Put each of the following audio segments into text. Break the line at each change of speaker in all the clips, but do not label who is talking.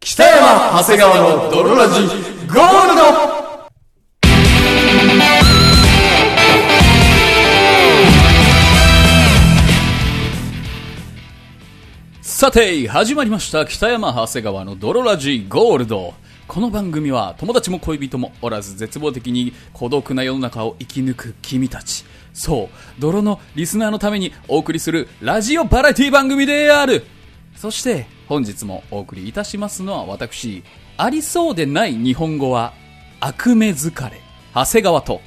川長谷川の泥ラジゴールド
さて、始まりました。北山長谷川の泥ラジゴールド。この番組は友達も恋人もおらず絶望的に孤独な世の中を生き抜く君たち。そう、泥のリスナーのためにお送りするラジオバラエティ番組である。そして、本日もお送りいたしますのは私、ありそうでない日本語は、悪目疲れ、長谷川と、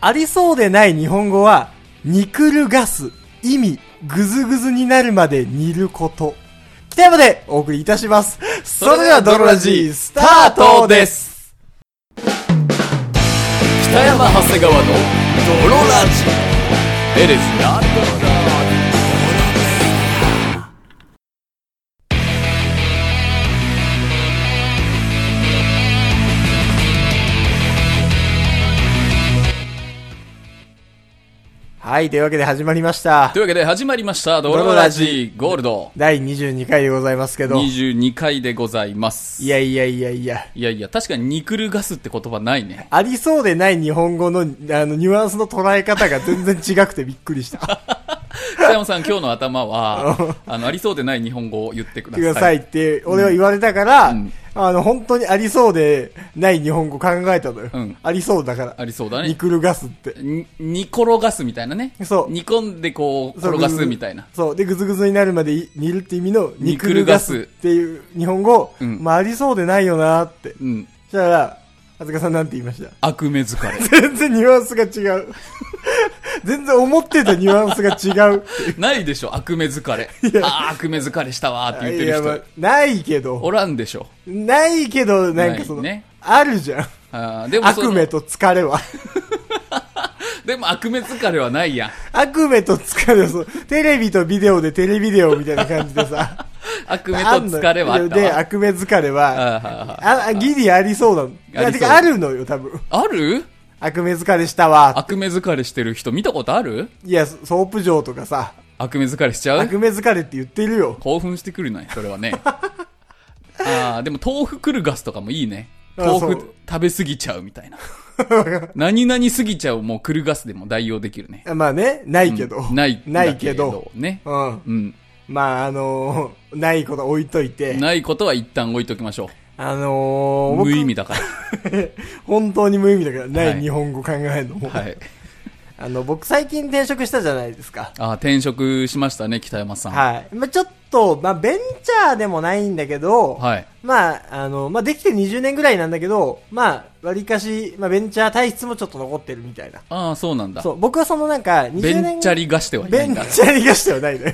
ありそうでない日本語は、煮くるがす、意味、ぐずぐずになるまで煮ること。北山でお送りいたします。それでは、ドロラジー、スタートです
北山長谷川の泥ラジエレスな
はい、というわけで始まりました
とい。うわけで始まりました泥ラジゴールド
第22回でございますけど。い
22回でございますいや
やいやいやいや。
いや確かにニクルガスって言葉ないね
ありそうでない日本語の、あの、ニュアンスの捉え方が全然違くてびっくりした。
北山さん今日の頭 はあのありそうでない日本語を言ってくだ
くだ
さ
さ
い
いって、俺は言われたから、
うん
あの、本当にありそうでない日本語考えたのよ。
うん
ありそうだから。
ありそうだ
ニ
ね
クルガスって。
に煮転がすみたいなね
そう
煮込んでこう
そう
転がすみたいな
そう。で、ぐずぐずになるまでい煮るって意味の、
煮
ニ
く
ク
る
ル
ガ
ガ
ス
スっていう日本語、
うん
まあ、ありそうでないよなーって。
うん
そしたら、あずかさんなんて言いました
悪目疲れ
全然ニュアンスが違う。 全然思ってたニュアンスが違う。
ないでしょ悪目疲れ
や
あー悪目疲れしたわーって 言ってる
いや
人
まあないけ
お
ど、
らんでしょ
ないけど、なんかその、
ないね
あるじゃん。
あーでもその
悪夢と疲れは。
でも悪目疲れはないやん
悪夢と疲れはそう、テレビとビデオでテレビデオみたいな感じでさ。
悪目と疲れはあった
で、
わ
悪夢疲れは、
あー
あ、あギリありそうだもん。い
ありそう
やてかあるのよ、多分。
ある
悪目疲れしたわ。
悪目疲れしてる人見たことある
いや、ソソープ嬢とかさ、
悪目疲れしちゃう
悪目疲れって言ってるよ。
興奮してくるな、それはね。ああ、でも豆腐クルガスとかもいいね。
あそう
豆腐食べ過ぎちゃうみたいな。何々過ぎちゃうもうクルガスでも代用できるね。
まあね、ないけど。
ない。
ないけど。
だね。
うん。
うん。
まあ、あのー ないこと置いといて、
ないことは一旦置いときましょ
あのー、
う。
僕
無意味だか
本当に無意味だから、な
はい
い日本語考えるのも。
ら。はい。
あの、僕最近転職したじゃないですか。
ああ、転職しましたね、北山さん。
はい。まあちょっと、まあベンチャーでもないんだけど、
はい。
まあ、あの、まあできて20年ぐらいなんだけど、まあ、割かし、まあベンチャー体質もちょっと残ってるみたいな。
ああ、そうなんだ
そ。う、僕はそのなんか、20
ベ
年。
ンチャリがしてはいな
ベ
いん
ン
だ。
チャリがしてはない のよ。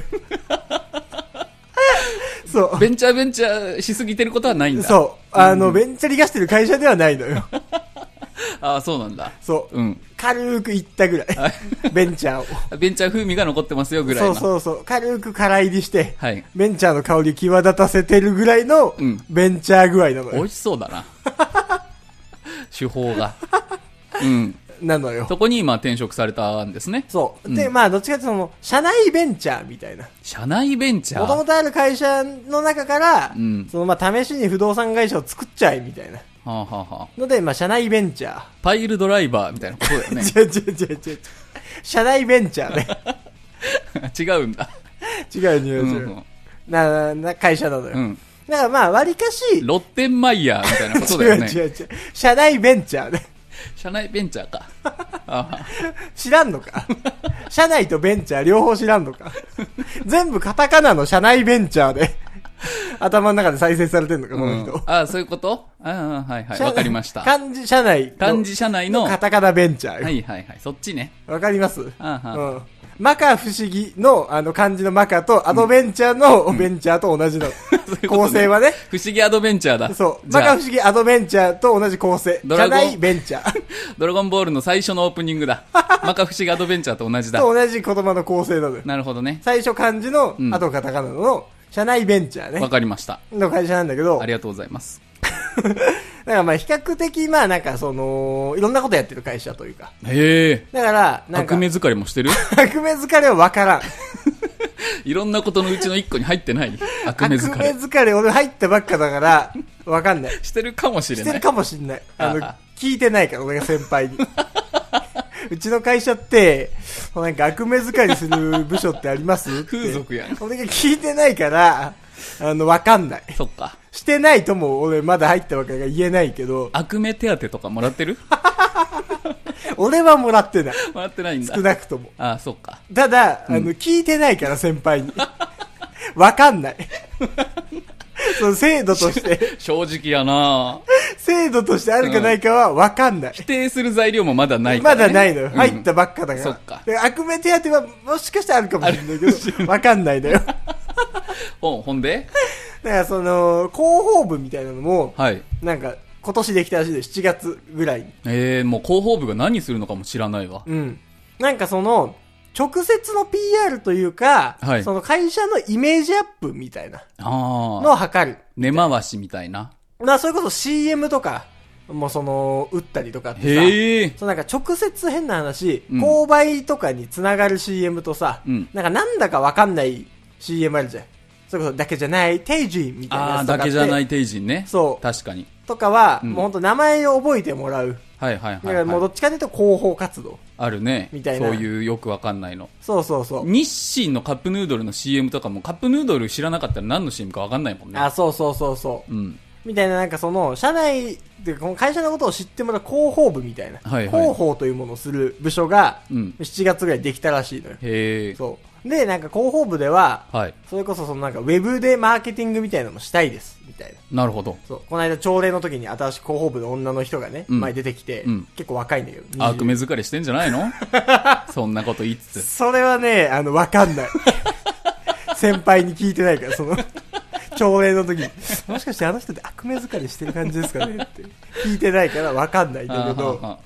そう。
ベンチャーベンチャーしすぎてることはないんだ。う。
そう。あの、ベンチャリがしてる会社ではない のよ。
ああ、そうなんだ。
そう。
うん。
軽く行ったぐらい。ベンチャーを。
ベンチャー風味が残ってますよぐらい
そ
の。
うそうそう。軽く空入りして、
はい。
ベンチャーの香りを際立たせてるぐらいの
うん、
ベンチャー具合なの
美
よ。
味しそうだな。 手法が。うん。
なのよ。
そこに今転職されたんですね。
そう。で、
うん
まあ、どっちかっていうとその、社内ベンチャーみたいな。
社内ベンチャ
もと
ー
も。とある会社の中から、
うん
その、まあ、試しに不動産会社を作っちゃえ、みたいな。
はあ、はあはあ、
ので、まあ、社内ベンチャー。
パイルドライバーみたいなことだよね。
違う違う違う違う。社内ベンチャーね。
違うんだ。
違う違
う
う違う。
ん。
な、な、会社なのよ。
うん。
だからまあ、割かし、違
ロッテンマイヤーみたいなこと
う
だよね。
違う違う。社内ベンチャーね。
社内ベンチャーか。ああ
知らんの か。社内とベンチャー両方知らんのか。全部カタカナの社内ベンチャーで、頭の中で再生されてんのか、この人。
うんああ、そういうことああ、はいはい。
社
わかりました。
漢字社内。
漢字社内の。
カ
は
タカナベンチャー
い
よ。
はいはい。そっちね。
わかりますうん。
ああ、はあ
マカ不思議の、あの、漢字のマカと、アドベンチャーのベンチャーと同じ の。
そういうことね
構成はね。
不思議アドベンチャーだ。
そう。
じゃ
マ
あ
カ不思議、アドベンチャーと同じ構成。
ドラ
社
ゴン
内ベンチャー
ドラゴンボールの最初のオープニング だ。マカフシガアドベンチャーと同じだ。
と同じ言葉の構成なのよ。
なるほどね。
最初漢字の
う、ん
あとカタカナの、社内ベンチャー
わ
ね。
かりました。
の会社なんだけど
あ、りがとうございます。
だからまあ比較的まあなんかその、いろんなことやってる会社というか。
へえ。
だから、なんか、
革
革
命
命
疲れもしてる
疲れはわからん。
いろんなことのうちの一個に入ってない。革命
革
疲
命
れ。
疲れ俺入ったばっかだから、わかんない。
してるかもしれ
し
な
て
い
る。かもしんない。あの
ああ、
聞いてないから、俺が先 輩に。うちの会社って、なんか悪名遣いにする部署ってありますって
風俗やん
俺が聞いてないから、あの、わかんない。
そっか。
してないとも俺まだ入ったわけが言えないけど、
悪名手当とかもらってる
俺はもらってない。
もらってないんだ
少。なくとも。
あ、そっか。
ただ、あの、聞いてないから、先輩に。わかんない。 その制度として、
正直やな
制度としてあるかないかはわかんない。
否定する材料もまだないか
ま
ら、ね。
だないのよ。
うん
入ったばっかだから。
そっか
で悪名手当はもしかしたらあるかもしれないけ ど、わかんないのよ。だか
おほんで
らその、広報部みたいなのも、
はい。
なんか、今年できたらしいです。7月ぐらいに。
えー、もう広報部が何するのかも知らないわ。
うん。なんかその、直接の PR というか、
はい
その会社のイメージアップみたいな
あ
の
あ。
を図る。
根回しみたいな。
まあ、それこそ CM とか、もうその、打ったりとかってさ、
へえ。
そうなんか直接変な話、
うん
購買とかにつながる CM とさ、
うん
なんかなんだかわかんない CM あるじゃん。それこそだけじゃない、定時みたいな
あ
や
あ、
つとか。
だけじゃないい定人ね。
そう
確かに。
とかは、
うん
もうほんと名前を覚えてもらう。
はいはいはい、はい。
だからもうどっちかというと広報活動。
あるね。
みたいな
そういうよくわかんないの。
そうそうそう。
日清のカップヌードルの CM とかもカップヌードル知らなかったら何の CM かわかんないもんね。
あ、そうそうそうそう。
うん。
みたいななんかその、社内、っていうかこの会社のことを知ってもらう広報部みたいな。
はいはい
広報というものをする部署が、
うん
7月ぐらいできたらしいのよ。
へえ。
そう。で、なんか広報部では、
はい。
それこそそのなんかウェブでマーケティングみたいなのもしたいです、みたいな。
なるほど。
そう。この間朝礼の時に新しい広報部の女の人がね、
うん
前出てきて、
うん
結構若いんだけど。
悪目
20
疲れしてんじゃ ないのそんなこと言いつつ。
それはね、あの、わか んない。先輩に聞いてないから、その、朝礼の時に、もしかしてあの人って悪目疲れしてる感じですかねって。聞いてないからわかんないんだけど、
あ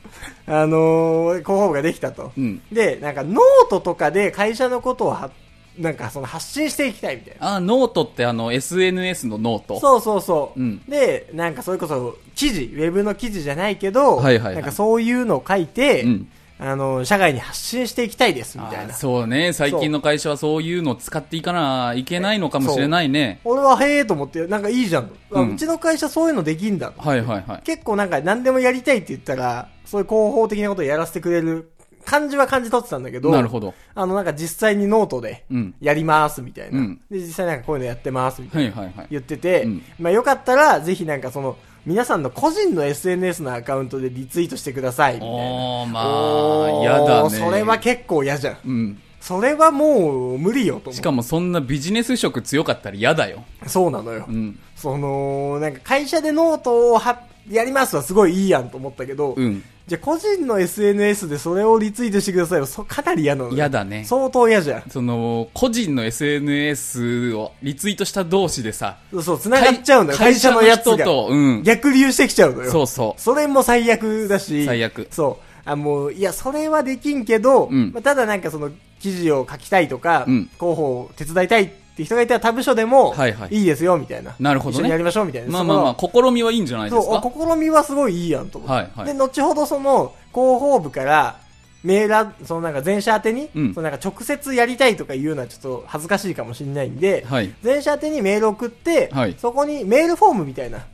あのー、広報部ができたと。
うん
で、なんかノートとかで会社のことをは、なんかその発信していきたいみたいな。
あ、ノートってあの SNS のノート。
そうそうそう。
うん
で、なんかそれこそ、記事、ウェブの記事じゃないけど、
はいはいはい
なんかそういうのを書いて、
うん
あの、社外に発信していきたいです、み
あ
たいな。
そうね。最近の会社はそういうのを使っていかないけないのかもしれないね。
俺はへえと思って、なんかいいじゃん。あ
うん
うちの会社そういうのできんだ。
はいはいはい。
結構なんか何でもやりたいって言ったら、そういう広報的なことをやらせてくれる感じは感じ取ってたんだけど、
なるほど。
あのなんか実際にノートで
うん、
やります、みたいな、
うん
で、実際なんかこういうのやってます、みたいな。
はいはいはい。
言ってて、
うん
まあよかったら、ぜひなんかその、皆さんの個人の SNS のアカウントでリツイートしてください、みたいな。
おー、ま
お
あ、
ー
やだね。
それは結構嫌じゃん。
うん。
それはもう無理よと思う。
しかもそんなビジネス色強かったら嫌だよ。
そうなのよ。
うん。
その、なんか会社でノートをはやりますはすごいいいやんと思ったけど、
うん。
じゃあ個人の SNS でそれをリツイートしてくださいはそかなり嫌なのよ
嫌だね
相当嫌じゃん。
その、個人の SNS をリツイートした同士でさ、
そうそう、繋がっちゃうのよ。会社のやつ
会社の
が。
人と、うん。
逆流してきちゃうのよ。
そうそう。
それも最悪だし。
最悪
そう。あ、もう、いや、それはできんけど、
うん
まあ、ただなんかその、記事を書きたいとか、
うん
広報を手伝いたいって人がいたら他部署でも、
はいはい
いですよ、みたいな。
なるほどね
一緒にやりましょう、みたいな。
まあまあまあ、試みはいいんじゃないで
その
す
そう、
か。
お試みはすごいいいやんと思って。
はいはい
で、後ほどその、広報部から、メーラー、そのなんか全社宛てに、
うん
そのなんか直接やりたいとか言うのはちょっと恥ずかしいかもしれないんで、
はい
全社宛てにメール送って、
はい
そこにメールフォームみたいな、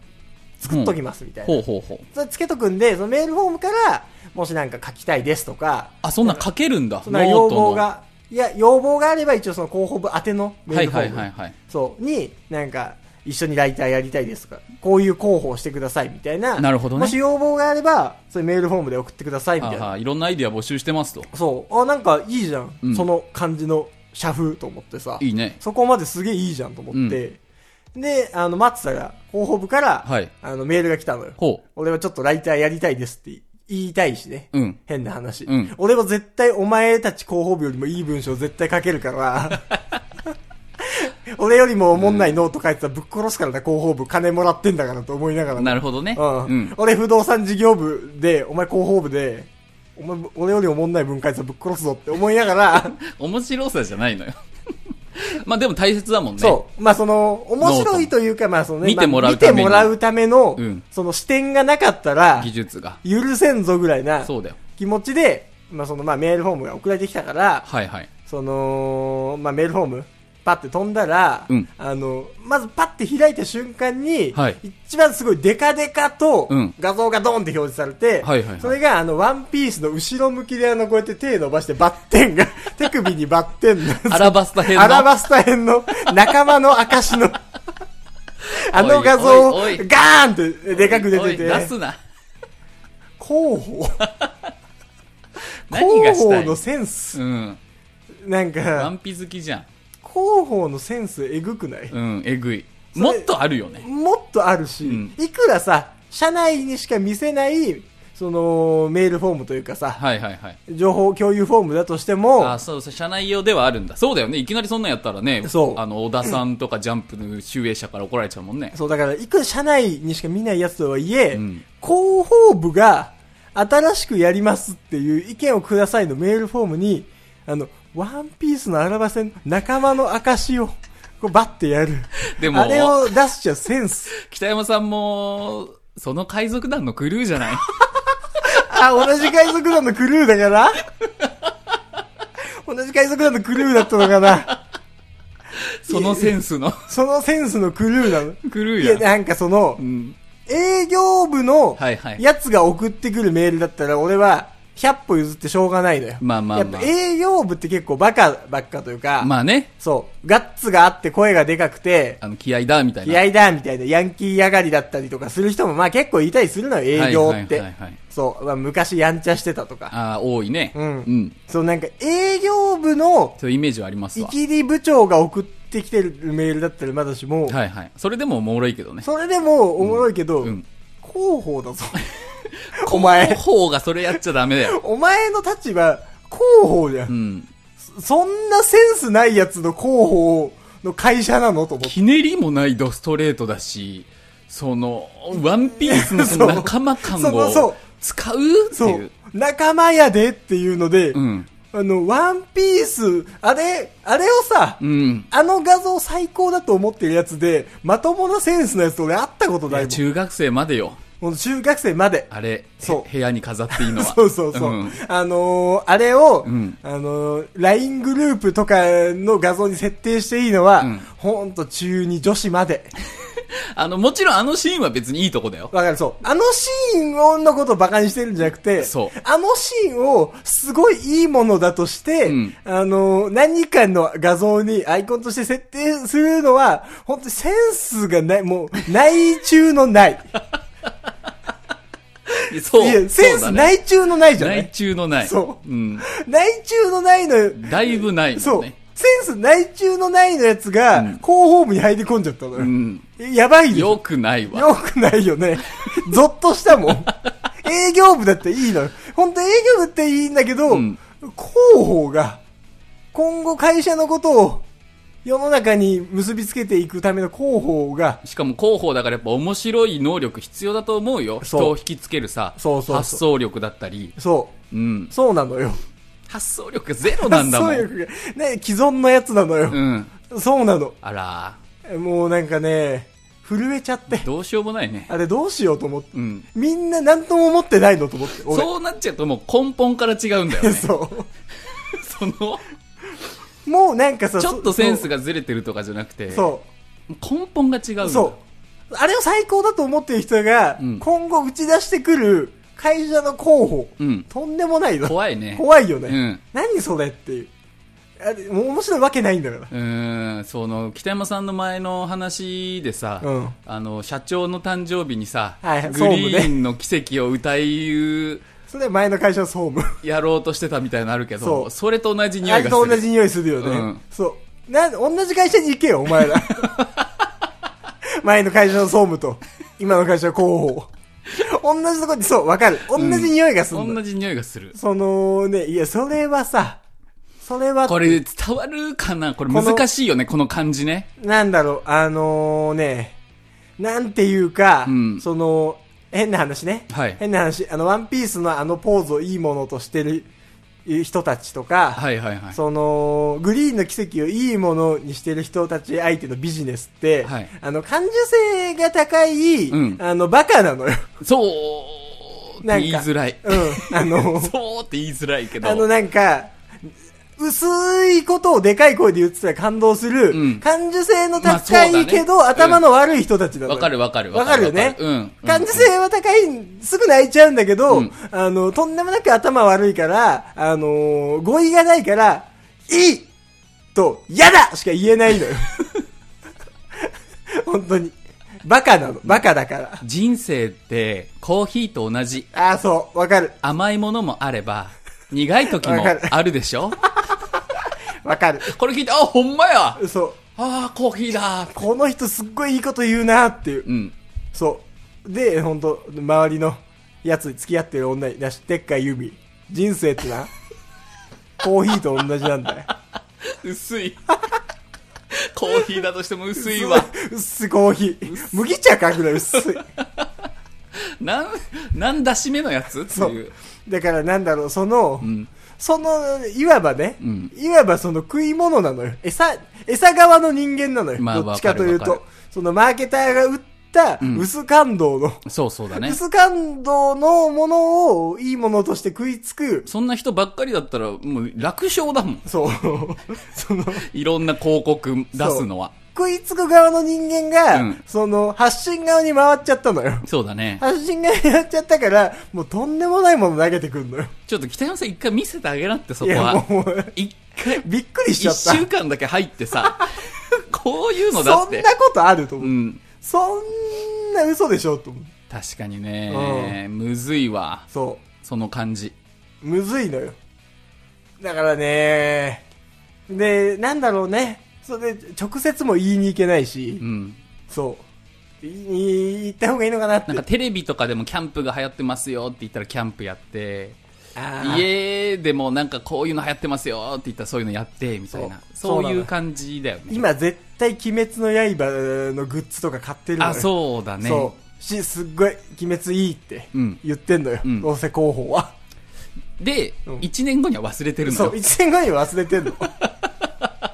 作っときますみたいな。
ほうほうほう。
それつけとくんで、そのメールフォームから、もしなんか書きたいですとか、
あ、そんなん書けるんだ。
そんな
ノー
要
ト
望
の。
が、いや、要望があれば一応その広報部宛てのメー
はい
ルフォ
は
ー
い
ム。
はいはい。
そう、に、なんか、一緒にライターやりたいですとか、こういう広報してくださいみたいな。
なるほどね
もし要望があれば、それメールフォームで送ってくださいみ
は
たい
あは
な。
あいろんなアイディア募集してますと。
そう。あ、なんかいいじゃん。
うん
その感じの社風と思ってさ。
いいね。
そこまですげえいいじゃんと思って。で、あの、松田が、広報部から、
はい
あの、メールが来たのよ。
ほ
俺はちょっとライターやりたいですって言いたいしね。
う。うん。
変な話。
うん
俺は絶対お前たち広報部よりもいい文章絶対書けるから。 俺よりもおもんないノート書いてたらぶっ殺すからな、広報部。金もらってんだからと思いながら。
なるほどね。
うん、
うん。
俺不動産事業部で、お前広報部で、お前、俺よりおもんない文書いてたらぶっ殺すぞって思いな がら、
面白さじゃないのよ。 まあでも大切だもんね。
そう。まあその、面白いというか、まあそのね、
見てもらう
まあ
ために
見てもらうための、
うん
その視点がなかったら
技、術が。
許せんぞぐらいな
そうだよ。
気持ち で、まあそのまあメールフォームが送られてきたから、
はいはい。
その、まあ、メールフォームパッて飛んだら、
うん
あの、まずパッて開いた瞬間に、
はい
一番すごいデカデカと
うん
画像がドーンって表示されて、
はいはいはい
それがあの、ワンピースの後ろ向きであの、こうやって手伸ばしてバッ テンが、手首にバッテンの、
アラバスタ編の。
アラバスタ編の仲間の証の、あの画像を
おいおいおい
ガーンってでかく出て
おい出
て、
すな。
候補
何が
広
した
報
い
のセンス、
うん。
なん
ワ
か、
ンピ好きじゃん。
広報のセンスえぐくない、
うん、えぐい。
れ
もっとあるよね。
もっとあるし、
うん
いくらさ、社内にしか見せない、その、メールフォームというかさ、
はいはいはい。
情報共有フォームだとしても
あ、、そうそう、社内用ではあるんだ。そうだよね。いきなりそんなんやったらね、
そう
あの、小田さんとかジャンプの集英社から怒られちゃうもんね。
そうだから、いくら社内にしか見ないやつとはいえ、
うん
広報部が新しくやりますっていう意見をくださいのメールフォームに、あの、ワンピースのアラバ戦仲間の証を、こうバッてやる。
でも
あれを出しちゃセンス。
北山さんも、その海賊団のクルーじゃない
あ、同じ海賊団のクルーだから同じ海賊団のクルーだったのかな
そのセンスの
そのセンスのクルーなの。
クル
いや、
ーやん。
なんかその
う、ん。
営業部の
はいはい
やつが送ってくるメールだったら俺は100歩譲ってしょうがないのよ。
まあまあまあ
やっぱ営業部って結構バカばっかというか、
まあね、
そう、ガッツがあって声がでかくて、
あの、気合だ、みたいな。
気合だみたいなヤンキー上がりだったりとかする人もまあ結構いたりするのよ、営業って。
はいはいはいはい
そう、まあ、昔やんちゃしてたとか。
ああ、多いね。
うん
うん。
そうなんか営業部の
そういうイメージはあります
い
わ。
きり部長が送ってきてるメールだったらまだしも、
はいはい。それでもおもろいけどね。
それでもおもろいけど、
うん
広 報だぞ。お前。
方がそれやっちゃダメだよ。
お前の立場、広報じゃん。
うん。
そんなセンスないやつの広報の会社なのと思って。
ひねりもないドストレートだし、その、ワンピースのその
そう
仲間感
そのそ
を
う
使うって
そ
いうう。。
仲間やでっていうので、
うん。
あの、ワンピース、あれ、あれをさ、
うん。
あの画像最高だと思ってるやつで、まともなセンスのやつと俺会ったこと
い
ない
や
もん。
中学生までよ。
もう中学生まで。
あれ、
そう
へ部屋に飾っていいのは。
そうそうそう。
ん
あのー、あれを、
うん
あのー、LINE グループとかの画像に設定していいのは、
うん
ほんと中二女子まで。
あの、もちろんあのシーンは別にいいとこだよ。
わかる、そう。あのシーンのことをバカにしてるんじゃなくて、
そう
あのシーンをすごいいいものだとして、
うん
あの、何かの画像にアイコンとして設定するのは、本当にセンスがない、もう、内中のない。
いや そう。
いや、センス
い
内中のないじゃない
内中のない。。
そう
うん。
内中のないのよ。
だいぶないもんね。
そう。センス内中のないのやつが、
うん
広報部に入り込んじゃったのよ。
うん。
やばいでしょ
よくないわ。
よくないよね。 ゾッとしたもん。営業部だっていいのよ。本当営業部っていいんだけど、
うん
広報が、今後会社のことを世の中に結びつけていくための広報が、
しかも広報だからやっぱ面白い能力必要だと思うよ。
そう
人を引きつけるさ、
そうそうそう
発想力だったり。
そ
うん
う、。そうなのよ。
発想力ゼロなんだもん。
そういう、ね、既存のやつなのよ。
うん。
そうなの。
あら
もうなんかね、震えちゃって
ー、。どうしようもないね。
あれどうしようと思って。
うん。
みんな何とも思ってないのと思って。俺
そうなっちゃうともう根本から違うんだよね。
そう。
その、
もうなんかさ、
ちょっとセンスがずれてるとかじゃなくて、
そう。
根本が違うんだ。
そう。あれを最高だと思ってる人が、
うん
今後打ち出してくる会社の候補、
うん
とんでもないの。
怖いね。
怖いよね。
うん
何それっていう。あれ、もう面白いわけないんだから。
うーん、その、北山さんの前の話でさ、
うん
あの、社長の誕生日にさ、
はいはい
グリーンの奇跡を歌いう、
それは前の会社の総務。
やろうとしてたみたいなのあるけど、
そ
そうれと同じ匂
あ
い
れ
が
と
す
同
る。
じ匂いするよね。
うん
そう。なん、同じ会社に行けよ、お前ら。前の会社の総務と、今の会社の候補。同じとこに、そう、わかる。同じ匂いがする、ん
同
だ
じ匂いがする。
そのね、いや、それはさ、それは、
これ伝わるかなこれ難しいよね、この感じね。
なんだろう、あのね、なんていうか、
うん
その、変な話ね。
はい
変な話、あの、ワンピースのあのポーズをいいものとしてる人たちとか、
はいはいはい。
その、グリーンの奇跡をいいものにしてる人たち相手のビジネスって、
はい
あの、感受性が高い、
うん
あの、バカなのよ。
そう、
なんか
言いづらい。
うん。あの、
そうって言いづらいけど。
あの、なんか、薄いことをでかい声で言ってたら感動する、
うん
感受性の
まあそうだ
高
ね
いけど、頭の悪い人たちだ
わかるわかる
わかるよ
わ
ね
か。るうん
感受性は高い、すぐ泣いちゃうんだけど、
うん
あの、とんでもなく頭悪いから、あのー語彙がないから、いいと、やだしか言えないのよ。 本当に。バカなの。バカだから。
人生ってコーヒーと同じ
ああ、そう。わかる。
甘いものもあれば苦い時も
わかる
あるでしょ
わかる。
これ聞いてあほんまやあ
そう。
あーコーヒーだ
この人すっごいいいこと言うなっていう。
うん
そう。で、ほんと、周りのやつに付き合ってる女に出してっか、ユミ。人生ってな、コーヒーと同じなんだよ。
薄いコーヒーだとしても薄いわ
薄いコーヒー。麦茶かぐらい薄い。
なんなんだしめのやつって
そ
いう
う。だからなんだろう、その、
ん
その、いわばね、
ん
いわばその食い物なのよ。餌、餌側の人間なのよ。
まあ
どっちかという
わかるわ
と
か。
そのマーケターが売った、
ん
薄感動の、
そうそうだね
薄感動のものをいいものとして食いつく、
そんな人ばっかりだったらもう楽勝だもん
そう。その、
いろんな広告出すのは
食いつく側の人間が、
うん
その、発信側に回っちゃったのよ。
そうだね
発信側に回っちゃったから、もうとんでもないもの投げてくんのよ。
ちょっと北山さん一回見せてあげなってそ
い
こ
や、
は
もう、
一回
びっくりしちゃ
一
った。
週間だけ入ってさこういうのだ
そ
っ
んな
て
ことあると思
う
う。
ん
そんな嘘でしょと思う。
確かにねむずいわ
そ
その感じ
う。むずいのよ。だからね、で、なんだろうね。それで、直接も言いに行けないし
う、ん
そう。言いに行った方がいいのかなって。
なんかテレビとかでもキャンプが流行ってますよって言ったらキャンプやって
あー
家でもなんかこういうの流行ってますよって言ったらそういうのやってみたいな
そ
そうう
そう
いう
なの
感じだよね
今絶対鬼滅の刃のグッズとか買ってるのよ。
あそうだね
そう。し、すっごい、鬼滅いいって
うん
言ってんのよ。
うん
どうせ広報は。
で
うん
1年後には忘れてるの
そう、
よ
一年後に忘れてん の。だ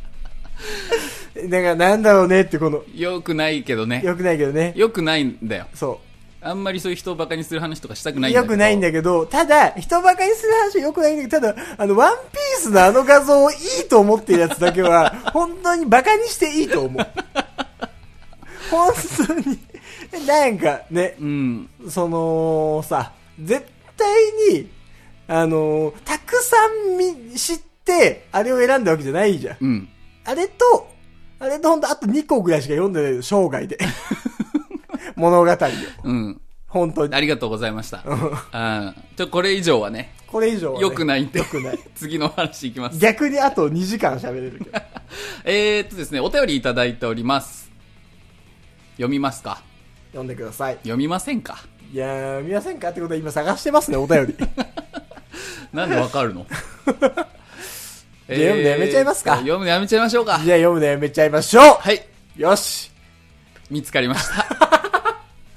からなんだろうねってこの、
よくないけどね
よくないけどね。
よくないんだよ
そ
あんまりそういう人をバカにする話とかしたく
う。
ないんだ
よ
けど
くないんだけど、ただ、人ばかりする話はよくないんだけど、ただ、あの、ワンピースのあの画像をいいと思ってるやつだけ は、本当にバカにしていいと思う。本当に。なんかね、
うん
そのさ、絶対に、あのーたくさんみ知って、あれを選んだわけじゃないじゃん。
うん
あれと、あれとほんとあと2個ぐらいしか読んでないよ、生 涯で。物語を。
うん
本当に。
ありがとうございました。うん。ちょ、これ以上はね、
これ以上は、ね。
良くないんで
よくない。
次のお話いきます。
逆にあと2時間喋れるけど。
えーっとですね、お便りいただいております。読みますか
読んでください。
読みませんか
いやー、見ませんかってことは今探してますね、お便り。
なんでわかる のえ
じゃあ読むのやめちゃいますか
読むのやめちゃいましょうか。
じゃあ読むのやめちゃいましょ
はい。
うよし
見つかりました。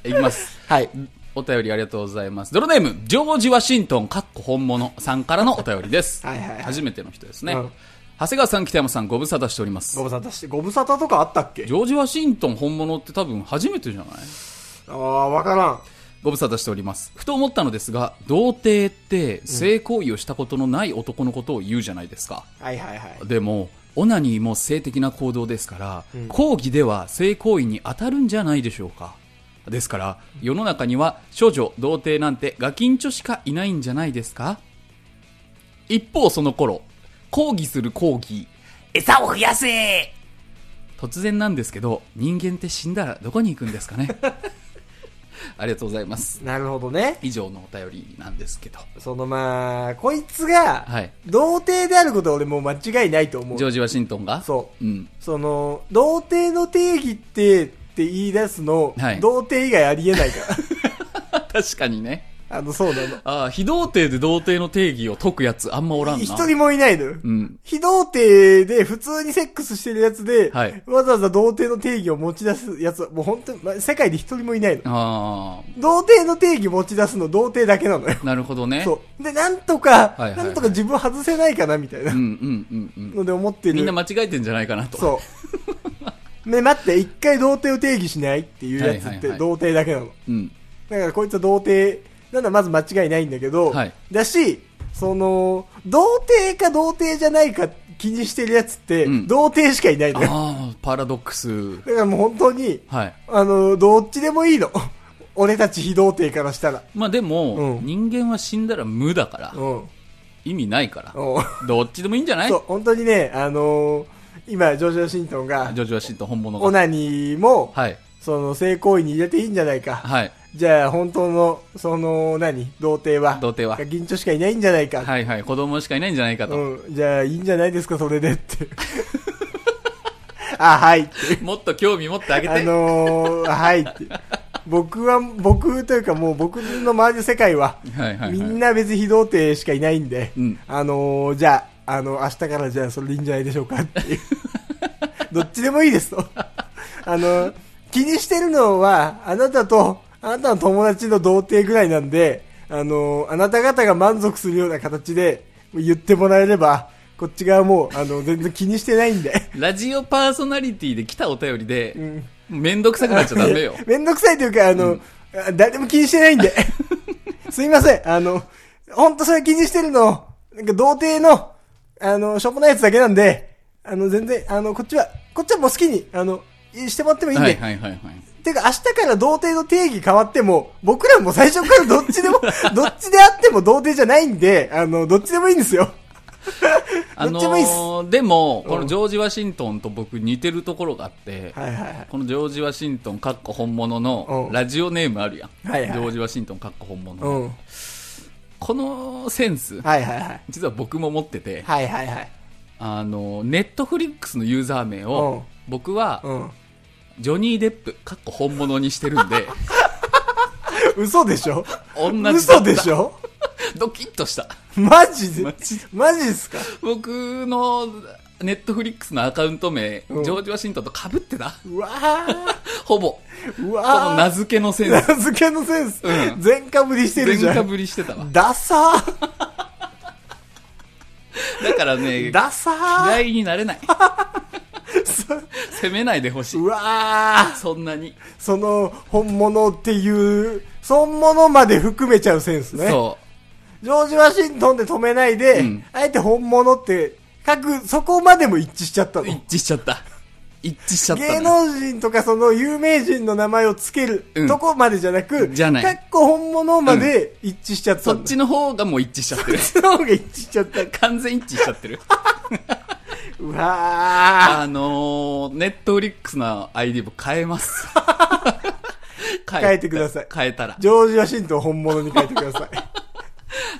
いきます。
はい。
お便りありがとうございます。ドロネーム、ジョージ・ワシントン、かっこ本物さんからのお便りです。
はいはいはい
初めての人ですね。
うん
長谷川さん、北山さん、ご無沙汰しております
ご。無沙汰して、ご無沙汰とかあったっけ
ジョージ・ワシントン本物って多分初めてじゃない
あー、わからん。
ご無沙汰しております。ふと思ったのですが、童貞って性行為をしたことのない男のことを言うじゃないですか。
はいはいはい。
でも、オナニーも性的な行動ですから、抗議では性行為に当たるんじゃないでしょうか。ですから、世の中には処女、童貞なんてガキンチョしかいないんじゃないですか一方その頃、抗議する抗議、餌を増やせ突然なんですけど、人間って死んだらどこに行くんですかねありがとうございます。
なるほどね。
以上のお便りなんですけど。
そのまあ、こいつが、
はい
童貞であることは俺もう間違いないと思う
ジョ。ージ・ワシントンが。
そう
うん。
その、童貞の定義って、って言い出すの、
はい
童貞以外ありえないか
確かにね。
ら。あの、そうなの。
ああ、非童貞で童貞の定義を解くやつあんまおらんな。
一人もいないのよ。
うん。
非童貞で普通にセックスしてるやつで、
はい
わざわざ童貞の定義を持ち出すやつは、もう本当に、ま世界で一人もいないの。
あ
童貞の定義持ち出すの童貞だけなのよ。
あ、なるほどね。
そう。で、なんとか、
はいはいはい
なんとか自分外せないかな、みたいな
うんうんうんうん。
ので思ってる。
みんな間違えてんじゃないかなと。
そう。ね、待って、一回童貞を定義しないっていうやつ
はいは
っ
い
て
はい
童貞だけなの。
うん。
だからこいつは童貞、なんだまず間違いないんだけど、
はい
だし、その、童貞か童貞じゃないか気にしてるやつって、
うん
童貞しかいないのよ。
ああ、パラドックス。
だからもう本当に、
はい。
あの、どっちでもいいの。 俺たち非童貞からしたら。
まあでも、
うん
人間は死んだら無だから
う、ん。うん。
意味ないから、
そ、
どっちでもいいんじゃないう
本当にね、あのー今、ジョジョ・シントンが
ジ、ョジョワシントン本物
オ
が。
ナニーも、
はい。
その、性行為に入れていいんじゃないか。
はい。
じゃあ、本当の、その、何童貞は。
童貞は。
銀蝶しかいないんじゃないか。
はいはい。子供しかいないんじゃないかと。
うん。じゃあ、いいんじゃないですか、それでって。 あ、はいって。
もっと興味持ってあげて。
あのー、はいって。僕は、僕というかもう僕の周りの世界は、
はいはいはい。
みんな別に非童貞しかいないんで、
うん
あのー、じゃあ、あの、明日からじゃあそれでいいんじゃないでしょうかっていう。 どっちでもいいですと。 あのー、気にしてるのは、あなたと、あなたの友達の童貞ぐらいなんで、あのー、あなた方が満足するような形で言ってもらえれば、こっち側も、あの、全然気にしてないんで。
ラジオパーソナリティで来たお便りで、
ん
めんどくさくなっちゃダメよ。
めんどくさいというか、あの、あ誰も気にしてないんで。 すいません。あの、ほんとそれ気にしてるの、なんか童貞の、あの、しょうもないやつだけなんで、あの、全然、あの、こっちは、こっちはもう好きに、あの、してもらっても いいんで。
はいはいはいはい。
ていうか、明日から童貞の定義変わっても、僕らも最初からどっち でも、どっちであっても童貞じゃないんで、あの、どっちでもいいんですよ。
あの
どっちもいいっす
ーでも、このジョージ・ワシントンと僕似てるところがあって、
はいはいはい。
このジョージ・ワシントンかっこ本物の
うん
ラジオネームあるやん。
はいはい
ジョージ・ワシントンかっこ本物
う
の、
ん。
このセンス、
はいはいはい。
実は僕も持ってて、
はいはいはい。
あの、ネットフリックスのユーザー名を、僕は、
うん。
ジョニー・デップ、かっこ本物にしてるんで、
嘘でしょ
同じだった
嘘でしょ
ドキッとした。
マジで
マジで
マジですか
僕の、ネットフリックスのアカウント名、
うん
ジョージ・ワシントンと被ってた
うわー
ほぼ。こ
う
の
わ
名付けのセ
ー
ン ス、
名付けのセンス
う、ん
全かぶりしてる
全
じゃ
か
ん。
ぶりしてたわ。
ダサー
だから ね、
ダサ
嫌いになれない。
ーそ
責めないでほしい。
うわー
そんなに。
その、本物っていう、本物まで含めちゃうセンスね。
そ
ジョージ・ワシントンで止めないで、
うん
あえて本物って書く、そこまでも一致しちゃった
う。
の。
一致しちゃった。一致しちゃったのよ。
芸能人とかその有名人の名前をつける
うん
とこまでじゃなく、
じゃない
かっこ本物まで一致しちゃった
そ
んだ
っちの方がもう一致しちゃ ってる。
そっちの方が一致しちゃった。
完全一致しちゃってる。
うわ
あのー、ネットフリックスの ID も変えます。変
変えてください
変えたら
ー。ジョージ・ワシントン本物に書いてください。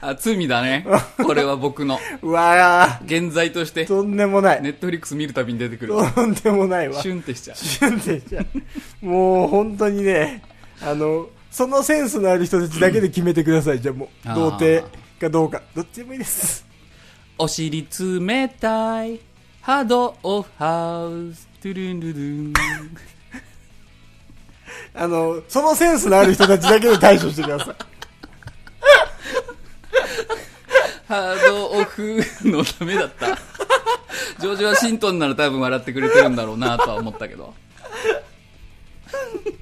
あ、罪だね。これは僕の。
うわ
現在として
ー、、とんでもない。
ネットフリックス見るたびに出てくる。
とんでもないわ。
シュンってしちゃう。
シュンってしちゃう。もう本当にね、あの、そのセンスのある人たちだけで決めてください。じゃあもう
あ、ー
童貞かどうか。どっちでもいいです。
お尻冷たい、波動ハウス、トゥルンルルン。
あの、そのセンスのある人たちだけで対処してください。
ハードオフのためだった。ジョージ・ワシントンなら多分笑ってくれてるんだろうなとは思ったけど。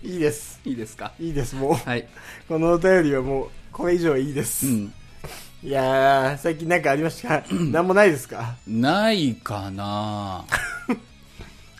いいです。
いいですか
いいです、もう。
はい。
このお便りはもう、これ以上いいで
う
す。
ん。
いやー、最近なんかありま したかなんもないですか
ないかな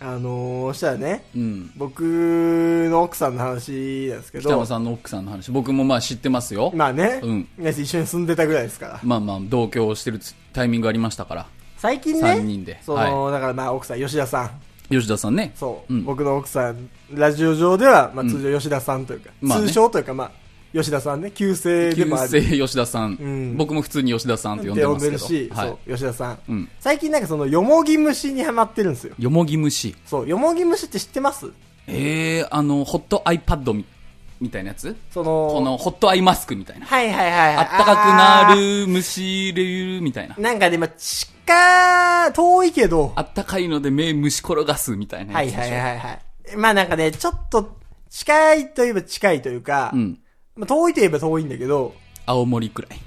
あのー、したらね、
うん。
僕の奥さんの話なんですけど。
北山さんの奥さんの話、僕もまあ知ってますよ。
まあね、
うん
皆さん一緒に住んでたぐらいですから。
まあまあ、同居してるタイミングありましたから。
最近ね、
三人で
その、だからまあ奥さん、吉田さん。
吉田さんね。
そう、
うん
僕の奥さん、ラジオ上では、まあ
うん
通常吉田さんというか、
まあね
通称というかまあ、吉田さんね、旧姓で
旧
もある。
姓吉田さん,、
うん
僕も普通に吉田さんって呼んで
呼
ま
ん
すけ
でる
ど。
し、
はい
そ。う、吉田さん。
うん
最近なんかその、よもぎ虫にハマってるんですよ。
よもぎ虫。
そう、よもぎ虫って知ってます
ええー、あの、ホット iPad みみたいなやつ
その、
この、ホットアイマスクみたいな。
はいはいはい。
あったかくなる、虫れる、みたいな
あー。。なんかね、まあ、近、遠いけど、
あったかいので目虫転がすみたいな
は
や
い
つでしょ。
はいはいはい。まあなんかね、ちょっと、近いといえば近いというか、
うん。
まあ遠いといえば遠いんだけど、
青森くらい。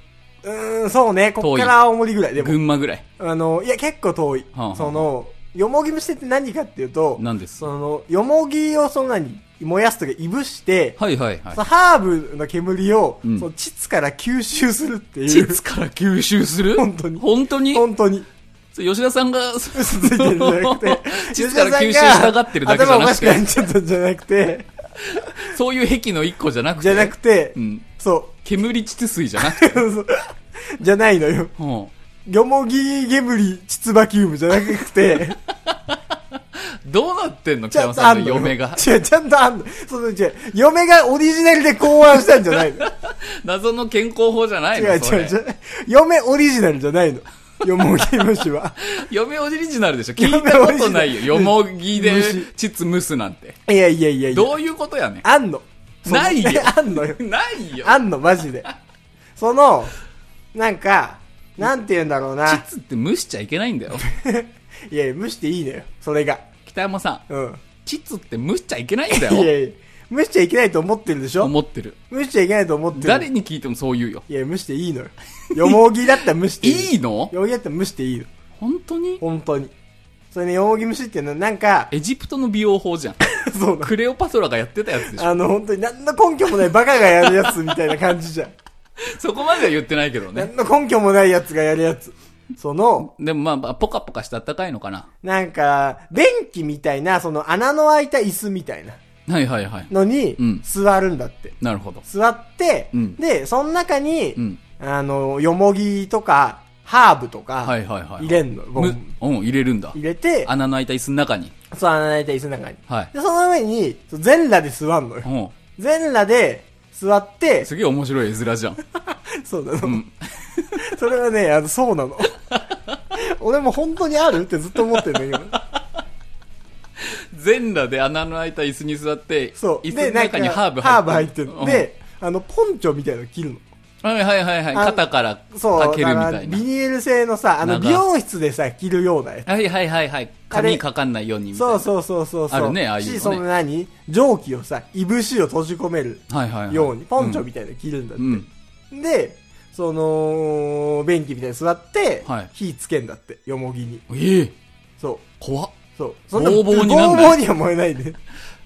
うーん、そうね、こっ
遠い
から青森ぐらい。でも、
群馬ぐらい。
あの、いや、結構遠い。
はあはあ
その、よもぎ蒸しって何かっていうと、
なんです
その、よもぎをそんなに燃やすとか、いぶして、
はいはいはい
そのハーブの煙を、
うん
その、膣から吸収するっていう。
膣から吸収する
本当に
本当に
本当に。
それ吉田さんが、そ。
嘘ついてるんじゃなくて
膣から吸収したがってるだけじゃなくて
頭おかしくなっちゃったんじゃなくて、
そういう癖の一個じゃなくて。
じゃなくて、
うん。
そ
煙膣水じゃな くて。
う。そう じゃないのよ。
うん。
よもぎ煙膣バキュームじゃなくて、
どうなってんの
ち
北
ゃ
山
んとあ
さ
ん
んの
のよ。
嫁 が。
違う、ちゃんとあんの。その、違う、嫁がオリジナルで考案したんじゃな いの。
謎の健康法じゃないの
違う
それ
違う違う。嫁オリジナルじゃないの。よもぎ虫 は。
嫁オリジナルでしょ聞いたことないよ。よ
嫁
も
オ
ぎで
虫
膣蒸すなんて。
いやいやいやいや。
どういうことやね
あんの。その
ないよ
あんのよ。
ん。ないよ。
あんの、マジで。その、なんか、なんて言うんだろうな。
膣って蒸しちゃいけないんだ よ。
いやいや、蒸していいのよ。それが。
北山さん、
うん。
膣って蒸しちゃいけないんだ
いや
よ。
いや、蒸しちゃいけないと思ってるでしょ
思ってる。
蒸しちゃいけないと思ってる。
誰に聞いてもそう言うよ。
いや、蒸していいのよ。よもぎだったら蒸していい。
いいの
よもぎだったら蒸していいの。
本当に
本当に。それね、よもぎ蒸しっていうのは、な んか、
エジプトの美容法じゃん。
そうなの
クレオパトラがやってたやつでしょ。
あの、本当に何の根拠もないバカがやるやつみたいな感じじ ゃん。
そこまでは言ってないけどね。
何の根拠もないやつがやるやつ。その、
でもまあまあ、ポカポカして暖かいのかな。
なんか、便器みたいな、その穴の開いた椅子みたいな
はいはいはい。
のに
うん、
座るんだって。
なるほど。
座って、
うん
で、その中に、
うん
あの、よもぎとか、ハーブとか、
はいはいはい。
入れんの。ボン
むうん、入れるんだ
入。れて、
穴の開いた椅子の中に。
そう、穴の開いた椅子の中に。
はい。
で、その上に、そう全裸で座んのよ。
うん。
全裸で座って、
すげえ面白い絵面じゃん。
そうなの。
ん
それはね、あの、そ うなの。俺も本当にあるってずっと思ってるんだけど。
全裸で穴の開いた椅子に座って、
そう。
椅子の中に
なんか
ハーブ
ハーブ入ってる
う
の。
ん、
で、あの、ポンチョみたいなの着るの。
はいはいはいはい。
あの
肩から
そう。
かけるみた
だから
い
ビ
な。
ニール製のさ、あの、
長
美容室でさ、着るようなやつ。
はいはいはいはい。
あれ
髪かかんないようにみたい
そ
な。
うそうそうそうそう。
あるねああいうのね
し、その何蒸気をさ、いぶしを閉じ込める
う。はいはい、はい。
ように、ポンチョみたいなの着るんだって。
うん。
で、その、便器みたいに座って、
はい
火つけんだって、よもぎに。
うん。ええ
そう。
怖っ。
そう。そ
ぼうぼうになんない
ぼうぼうには燃えな いで。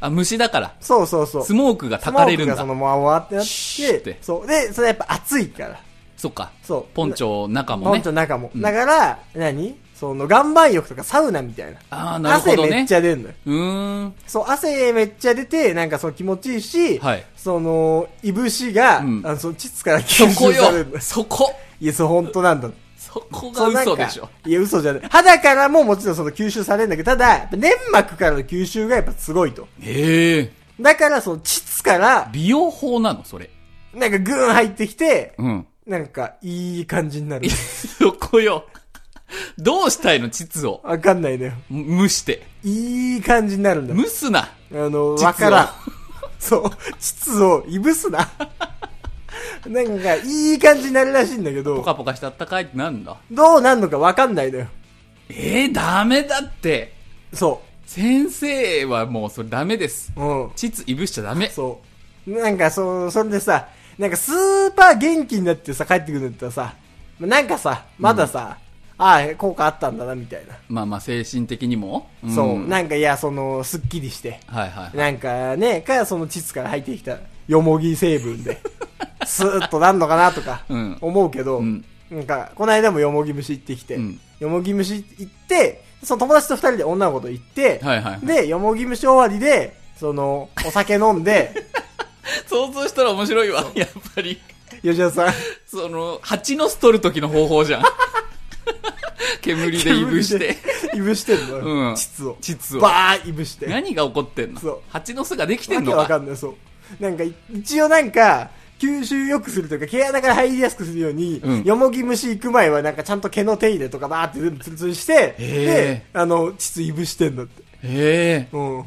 あ、虫だから。
そうそうそう。
スモークがたかれるんだ。
スモークがその、わわってなっ
シュ
て、
ッて
そう。で、それやっぱ暑いから。
そっか。
そう。
ポンチョ中も
ポン
ね
チョ。の中も。
うん
だから、何その、岩盤浴とかサウナみたいな。
ああ、なるほど
汗め
ね
っち。ゃ出んのよ。
うーん。
そう、汗めっちゃ出て、なんかその気持ちいいし、
はい
その、いぶしが、
うん
あの、その、膣から
そ
吸
こ
収されるん
よ。
だ。
そこ。
いや、そう、本当なんだ。
そこが
そうなんか
嘘でしょ。。
いや、嘘じゃない。肌からももちろんその吸収されるんだけど、ただ、やっぱ粘膜からの吸収がやっぱすごいと。
ええ
だから、その、膣から、
美容法なのそれ。
なんかグーン入ってきて、
うん。
なんか、いい感じになる。
そこよ。どうしたいの膣を。
わかんないのよ。
蒸して。
いい感じになるんだ。
蒸すな。
あの、
膣を
わからん。そう。膣をいぶすな。なんか、いい感じになるらしいんだけ
ポ
ど、
カポカしてあったかいってなんだ。
どうなんのかわかんないのよ。
ええダメだって。
そ
先生はもうそれダメです。
う。うん。
膣いぶしちゃダメ。
そう。なんか、そう、それでさ、なんかスーパー元気になってさ、帰ってくるんだったらさ、なんかさ、まださ、ああ、効果あったんだな、みたいな。
まあまあ精神的にも。ん
そう。
はい
なんか、いや、その、すっきりして。
はいはい。
なんかね、か、その膣から入ってきた、よもぎ成分 で、スーッとなんのかなとか
うん、
思うけど、
うん
なんか、この間もよもぎ虫行ってきて、
うん
よもぎ虫行って、その友達と二人で女の子と行って、
はいはいはい
で、よもぎ虫終わりで、その、お酒飲んで、
想像したら面白いわ。やっぱり。
吉田さん、
その、蜂の巣取る時の方法じ ゃん。煙でいぶして。
煙で、 いぶしてん
う
のよ、
ん
膣を。
膣を
バーンいぶして。
何が起こってんの
そう
蜂の巣ができて
わ
ん
け
の
わ
か
かんない、そう。なんか、い一応なんか、吸収良くするというか、毛穴から入りやすくするように、
うん
よもぎ虫行く前はなんかちゃんと毛の手入れとかバーって全部ツルツルして、
へ
で、あの、膣いぶしてんだって。
ええ
うん。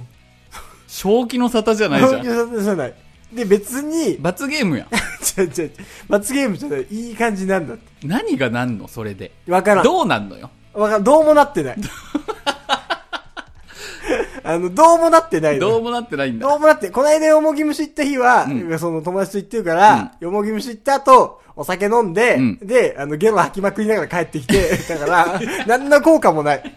正気の沙汰じゃないじゃ
い
ん。
やそうじゃない。で、別に、
罰ゲームやん。
違う違う違う罰ゲームじゃない、いい感じなんだっ
何がなんのそれで。
て。わからん。
どうなんのよ。
わからん。どうもなってない。 あの、どうもなってないのよ
どうもなってないんだ。
どうもだって、この間よもぎ虫行った日は、
ん
その友達と行ってるから、よもぎ虫行った後、お酒飲んで、
うん
で、あの、ゲロ吐きまくりながら帰ってきて、だから、何の効果もない。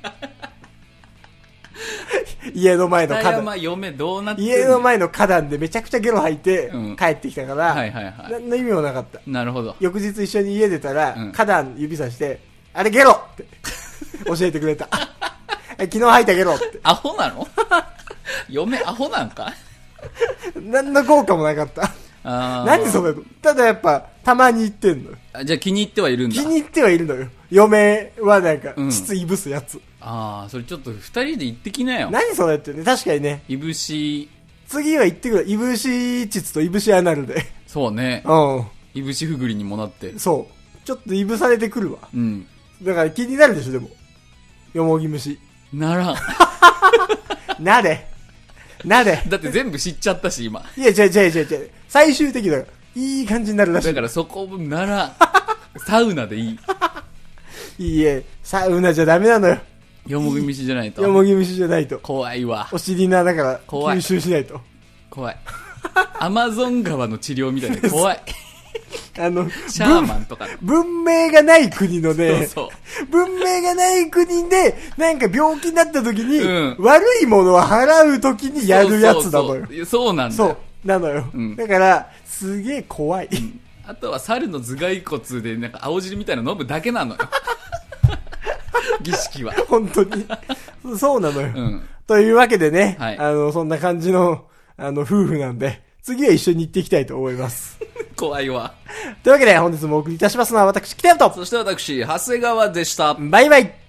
家の前の
北
花壇。
山嫁どうなってんの
家の前の花壇でめちゃくちゃゲロ吐いて
うん
帰ってきたから、
はいはいはい
何の意味もなかった。
なるほど。
翌日一緒に家出たら、
うん
花壇指さして、あれゲロ って教えてくれた。 昨日吐いたゲロって。
アホなの 嫁アホなんか
何の効果もなかった。
あー
何それただやっぱ、たまに言ってんのよ。
あじゃあ気に入ってはいるんだ
気。に入ってはいるのよ。嫁はなんか
う、ん
質いぶすやつ。
ああ、それちょっと二人で行ってきなよ。
何それってね、確かにね。
いぶし、
次は言ってくれ。いぶし膣といぶしアナルで。
そうね。
う
いぶしふぐりにもなって
ん。。そう。ちょっといぶされてくるわ。
うん。
だから気になるでしょ、でも。よもぎ虫。
ならん。
なれ。なれ。
だって全部知っちゃったし、今。
いや、違う違う違う違う。最終的だから。いい感じになるらし
だ
い
か。らそこ、ならん。サウナでいい。
いいえ、サウナじゃダメなのよ。
よもぎ飯じゃない
よも
と。
ぎ虫じゃないと。
怖いわ
お。尻な、だから、
怖い
吸収しないと。
怖い。アマゾン川の治療みた いで怖い。
あの、
シャーマンとか。
文明がない国の
そう
ね、
そう。
文明がない国で、なんか病気になった時に、
うん
悪いものは払う時にやるやつなの
そうそう。
よ
そうそうなんだ
そ
よ
う。、なのよ。
うん
だから、すげえ怖い。
あとは猿の頭蓋骨でなんか青汁みたいなの飲むだけ なのよ。儀式は。
本当に。そそうなのよ。
うん。
というわけでね、
はい
あの、そんな感じの、あの、夫婦なんで、次は一緒に行っていきたいと思います。
怖いわ。
というわけで、本日もお送りいたしますのは、私、北山と、
そして私、長谷川でした。
バイバイ